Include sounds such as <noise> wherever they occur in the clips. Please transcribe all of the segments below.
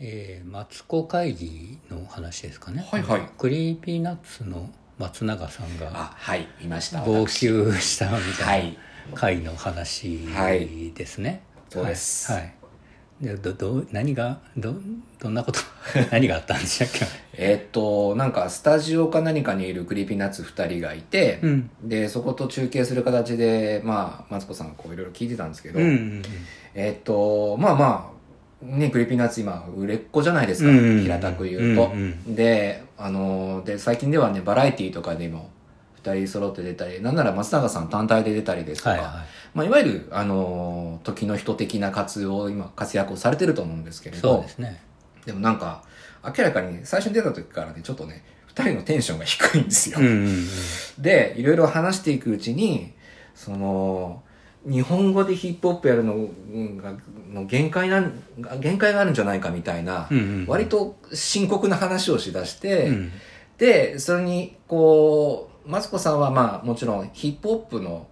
えー、マツコ会議の話ですかね、はいはいクリーピーナッツの松永さんがあはいいました号私泣したみたはいいな回の話はいですね、そうですはい、はいでどどう何がどどんなこと <laughs> 何があったんでしたっけえーっとなんかスタジオか何かにいるクリーピーナッツ2人がいて、うんでそこと中継する形でまあマツコさんがこ <laughs> ういろいろ聞いてたんですけど、うんうんえーっとまあまあねクリーピーナッツ今売れっ子じゃないですか、うん平たく言うと、うんであので最近ではねバラエティーとかでも2人揃って出たりなんなら松永さん単体で出たりですとか、はいいはまあ、いわゆる、あの時の人的な活動を今活躍をされてると思うんですけいれそうどですねでもなんか、明らかに最初に出た時からね、ちょっとね、二人のテンションが低いんですよ。うんうんうんで、いろいろ話していくうちに、その、日本語でヒップホップやるのうんが、の限界なん、限界があるんじゃないかみたいな、うんうん割と深刻な話をしだして、うんで、それに、こう、マツコさんはまあもちろんヒップホップの、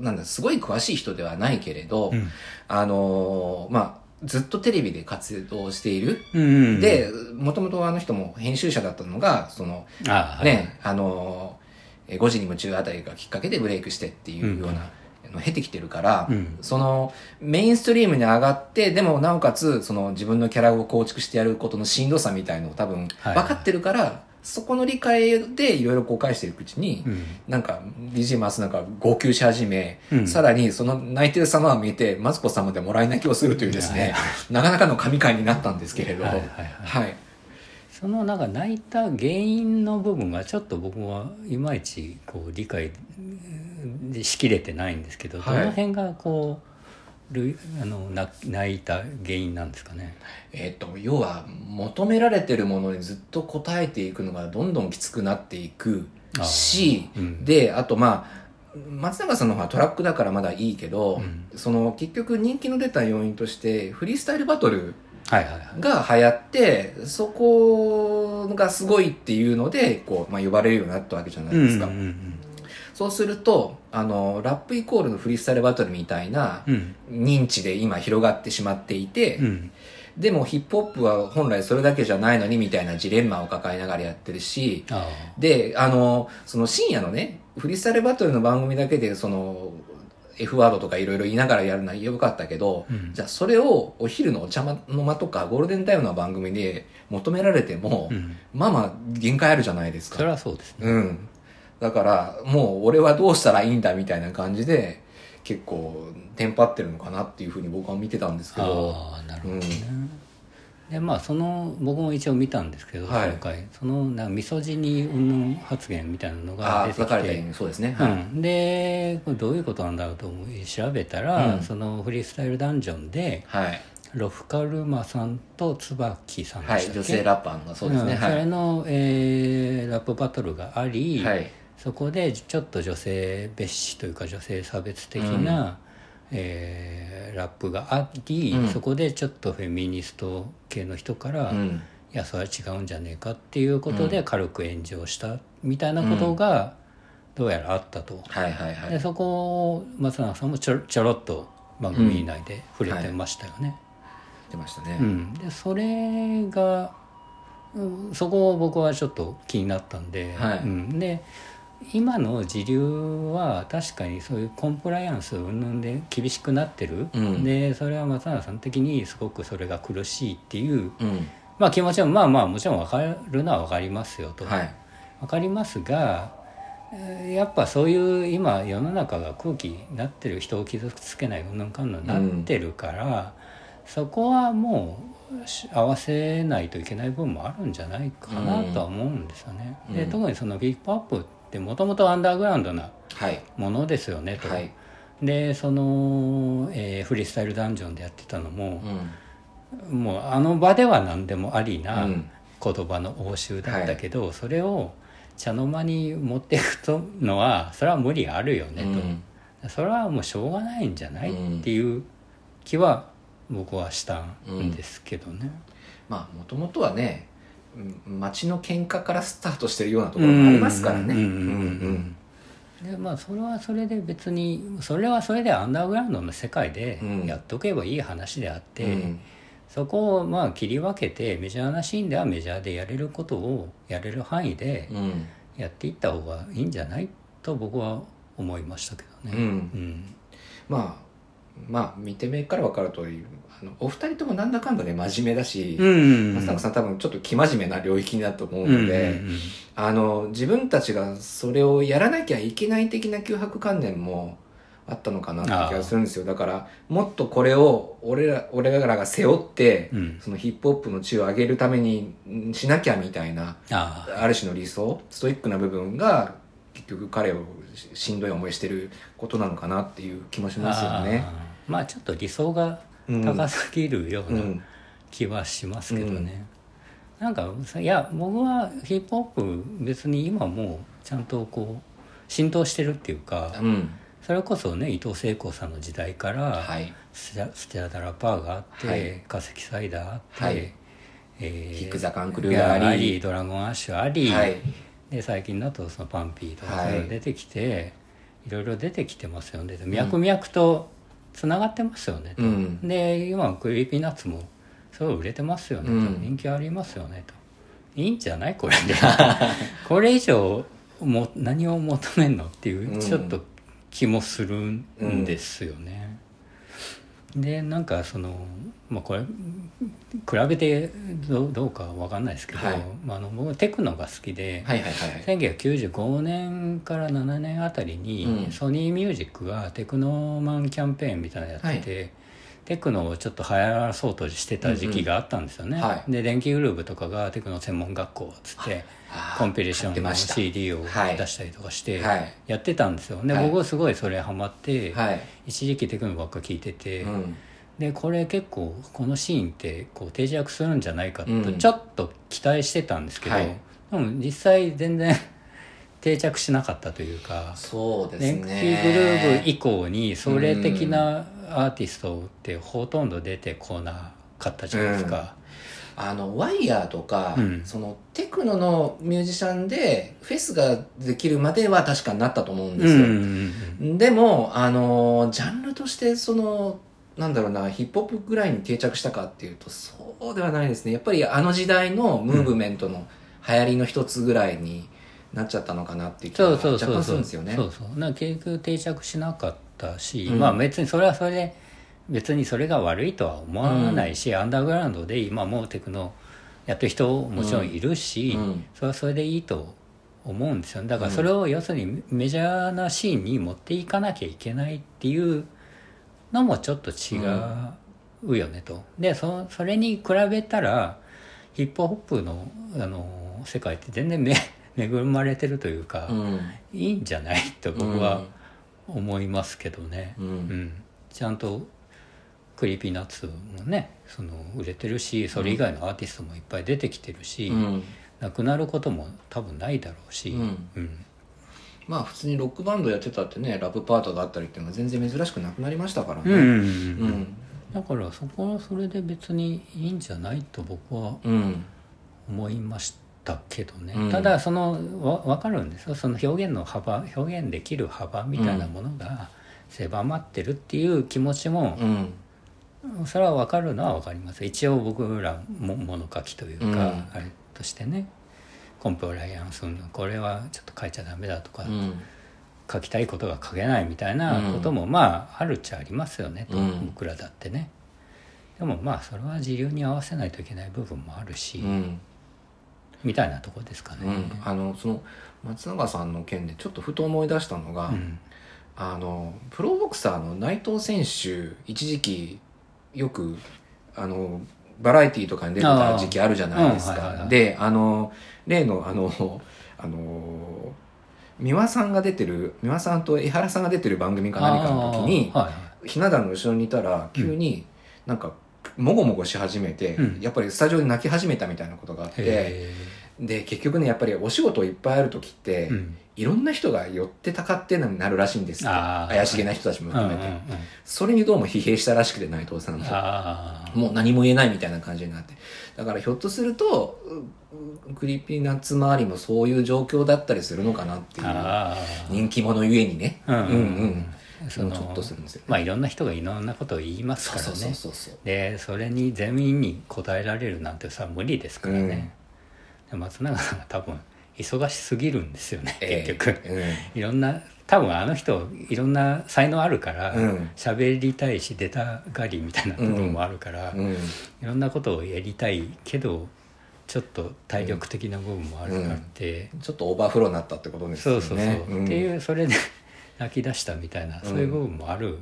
なんだ、すごい詳しい人ではないけれど、うんあのまあ、ずっとテレビで活動しているうんうんで、もともとあの人も編集者だったのが、その、ああはいね、あの、えー5時に夢中あたりがきっかけでブレイクしてっていうような、の経てきてるから、うんその、メインストリームに上がって、でもなおかつ、その自分のキャラを構築してやることのしんどさみたいのを多分、はい分かってるから、そこの理解でいろいろこう返していくうちに、うんなんか、DJ マスなんか号泣し始め、うんさらにその泣いてる様を見て、マツコ様でもらい泣きをするというですね、なかなかの神回になったんですけれど、ははいいはいはそのなんか泣いた原因の部分がちょっと僕はいまいちこう理解うんしきれてないんですけど、はいどの辺がこうるあのな泣いた原因なんですかね。えっと、要は、求められてるものにずっと答えていくのがどんどんきつくなっていくあーし、うんで、あとまあ、松永さんの方はトラックだからまだいいけど、うんその結局人気の出た要因として、フリースタイルバトル、はいはいはい。が流行って、そこがすごいっていうので、こう、まあ、呼ばれるようになったわけじゃないですか。うんうんそうすると、あの、ラップイコールのフリースタイルバトルみたいなうんうん認知で今広がってしまっていて、うんでもヒップホップは本来それだけじゃないのにみたいなジレンマを抱えながらやってるし、あで、あの、その深夜のね、フリースタイルバトルの番組だけで、その、F ワードとかいろいろ言いながらやるのはよかったけど、うんじゃあそれをお昼のお茶の間とかゴールデンタイムの番組で求められても、あ、うん、まあまあ限界あるじゃないですそれか。はそうですね。うん。だから、もう俺はどうしたらいいんだみたいな感じで、結構、テンパってるのかなっていうふうに僕は見てたんですけど、ああなるほどね。でまあその僕も一応見たんですけど、はい今回そのなんかミソジニ云々発言みたいなのがあ出あ、て書きかれたてよう。に、そうですね。うはい。ん、でこれどういうことなんだろうと思い調べたら、うんそのフリースタイルダンジョンではい。ロフカルマさんと椿さんではしたっい。け、女性ラッパーの、そうですね。んそはれい。の、えーラップバトルがあり、はい。そこでちょっと女性蔑視というか女性差別的な、えーラップがあり、うんそこでちょっとフェミニスト系の人から、うん。いやそれは違うんじゃねえかっていうことで軽く炎上したみたいなことがどうやらあったと。はいはいはいで。そこを松永さんもちょちょろっと番組内で触れてましたよね。出ましたうんね。でそれが、うんそこを僕はちょっと気になったんで、はいうん、で今の時流は確かにそういうコンプライアンス云々で厳しくなってる、うんでそれは松永さん的にすごくそれが苦しいっていう、うん。まあ、気持ちもまあまあもちろん分かるのは分かりますよと。はい。わかりますがえーやっぱそういう今世の中が空気になってる人を傷つけないうんぬんかんぬんなってるから、そこはもうし合わせないといけない部分もあるんじゃないかなとは思うんですよね。うんでうん特にそのヒップアップってもともとアンダーグラウンドなはい。ものですよねと。はい。でその、えーフリースタイルダンジョンでやってたのも、うん。もうあの場では何でもありな。うん言葉の応酬だったけど、それを茶の間に持っていくとのはそれは無理あるようねと、ん。それはもうしょうがないんじゃない、うんっていう気は僕はしたんですけどね、まあ、もともとはね、うん街の喧嘩からスタートしてるようなところもありますからね。うううんんうんん。でまあそれはそれで別にそれはそれでアンダーグラウンドの世界でうんやっとけばいい話であって、うんそこをまあ切り分けてメジャーなシーンではメジャーでやれることをやれる範囲でうんやっていった方がいいんじゃないと僕は思いましたけどうね。んうんまあまあ見て目から分かる通りあのお二人ともなんだかんだね真面目だし、うん松永さん多分ちょっと生真面目な領域だと思うので、うんうんうんあの自分たちがそれをやらなきゃいけない的な脅迫観念もあったのかなって気がするんですよだからもっとこれを俺ら俺らが背負って、うんそのヒップホップの地位を上げるためにんしなきゃみたいなああある種の理想ストイックな部分が結局彼をししんどい思いしてることなのかなっていう気もしますよね。ああまあちょっと理想がうん高すぎるよううなん気はしますけどね、なんかさいや僕はヒップホップ別に今もうちゃんとこう浸透してるっていうかうんそれこそね伊藤聖子さんの時代からはいスチャスチャダラパーがあって、はい化石サイダーあって、はいえヒック・ザ・カンククルルーがあありりドラゴンアッシュあり、はいで最近だとそのパンピーとかはいそういうの出てきて、い、ろいろ出てきてますよねで脈々とつながってますよね、うんで今クリーピーナッツもすごい売れてますよねと、うん人気ありますよねといいんじゃないこれ <laughs> でこれ以上も何を求めんのっていううんちょっと気もするんですよね、でなんかそのまあこれ比べてどうどうかわかんないですけど、はいまあ、あの僕テクノが好きで、はいはいはいはい1995年から7年あたりに、うんソニーミュージックがテクノマンキャンペーンみたいなのやってて、テクノをちょっと流行そうとしてた時期があったんですよね、うんうんはいで電気グループとかがテクノ専門学校っつってあーコンピレーショ買ってンのました CD をはい出したりとかしてはいやってたんですよ、ではい僕すごいそれハマって、はい一時期テクノばっか聞いてて、うんでこれ結構このシーンってこう定着するんじゃないかうとんちょっと期待してたんですけど、はいでも実際全然 <laughs> 定着しなかったというか、そうです電ね気グループ以降にそれ的なアーティストってほとんど出てこなかったじゃないですか。あのワイヤーとか、うんそのテクノのミュージシャンでフェスができるまでは確かになったと思うんうんでうすんよ、うんでもあのジャンルとしてそのなんだろうなヒップホップぐらいに定着したかっていうとそうではないですねやっぱりあの時代のムーブメントの流行りの一つぐらいになっちゃったのかなっていう気がそうそ若うそう干すそるんうですよねそうそうなんか結局定着しなかったし、うんまあ別にそれはそれで別にそれが悪いとは思わないし、アンダーグラウンドで今もうテクノやってる人もちろんいるし、うんそれはそれでいいと思うんですよだからそれを要するにメジャーなシーンに持っていかなきゃいけないっていうのもちょっと違うよねと、でそそれに比べたらヒップホップのあの世界って全然め <laughs> 恵まれてるというか、うんいいんじゃないと僕は思いますけどね、うんうんちゃんとクリーピーナッツもねその売れてるしそれ以外のアーティストもいっぱい出てきてるし、うんなくなることも多分ないだろうし、うんうんまあ普通にロックバンドやってたってねラブパートがあったりっていうのは全然珍しくなくなりましたからね、うんうんだからそこはそれで別にいいんじゃないと僕はうん思いましたけどね、うんただそのわ分かるんですよその表現の幅表現できる幅みたいなものが狭まってるっていう気持ちも、うんそれは分かるのは分かります一応僕らも物書きというか、うんあれとしてねコンプライアンスのこれはちょっと書いちゃダメだとか、うん書きたいことが書けないみたいなことも、まああるっちゃありますよねと、うん僕らだってねでもまあそれは自由に合わせないといけない部分もあるし、うんみたいなとこですかね、うん、あのその松永さんの件でちょっとふと思い出したのが、うんあのプロボクサーの内藤選手一時期よくあのバラエティーとかに出てた時期あるじゃないですあーうんはいはいはか。いであの例のあのあの三輪さんが出てる三輪さんと江原さんが出てる番組か何かの時にあーはいはいひな壇の後ろにいたら急になんかもごもごし始めて、うんやっぱりスタジオで泣き始めたみたいなことがあって。へで結局ねやっぱりお仕事いっぱいある時って、ーうんいろんな人が寄ってたかってのになるらしいんですよあー怪しげな人たちもうんう含んうめんて、それにどうも疲弊したらしくて内藤さんもあーもう何も言えないみたいな感じになってだからひょっとするとううクリーピーナッツ周りもそういう状況だったりするのかなっていうあー人気者ゆえにねうんうんそのもうちょっとするんですよねまあいろんな人がいろんなことを言いますそうからねそうそうそうそうでそれに全員に答えられるなんてさ無理ですからね、で松永さんが多分忙しすぎるんですよね、ええ結局、うんいろんな多分あの人いろんな才能あるからうん喋、りたいし出たがりみたいなところもあるから、いうんろんなことをやりたいけどちょっと体力的な部分もあるからって、ちょっとオーバーフローになったってことですよそねうそうそう、んっていうそれで泣き出したみたいなそういう部分もある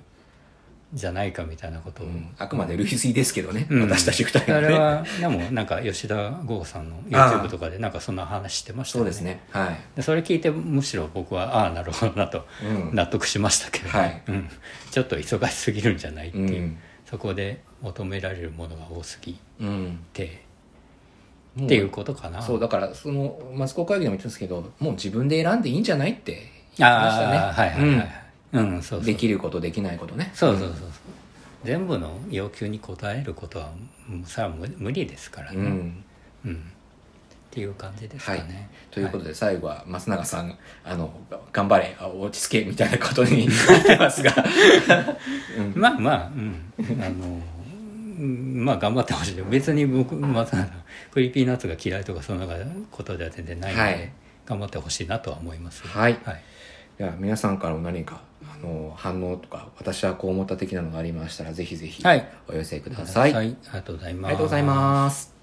んじゃないかみたいなことを、うんあくまで類推ですけどね、うん私たち二人あはれねはでもなんか吉田豪さんのああ YouTube とかでなんかそんな話してましたそうよですねはいでそれ聞いてむしろ僕はああなるほどなとうん納得しましたけど、はいうん、ちょっと忙しすぎるんじゃないってういう、ん、そこで求められるものが多すぎうん、てもっていうことかなそうだからそのマスコ会議でも言ったんですけどもう自分で選んでいいんじゃないって言いましたねああはいはいはいうん、そううそうんできることできないことねそうそうそうそう全部の要求に応えることはもうさ無無理ですからね、ううんんっていう感じですかはいね、ということで最後は松永さんあの頑張れあ落ち着けみたいなことになってま <laughs> すが <laughs> まあまあ、うん、あの、うんまあ頑張ってほしい。別に僕、まあ、クリーピーナッツが嫌いとか、そんなことでは全然ないので、はい頑張ってほしいなとは思います。はいはい。いや皆さんからも何かあの反応とか私はこう思った的なのがありましたらぜひぜひはいお寄せください、はあい、ありがとうございます。りがとうございます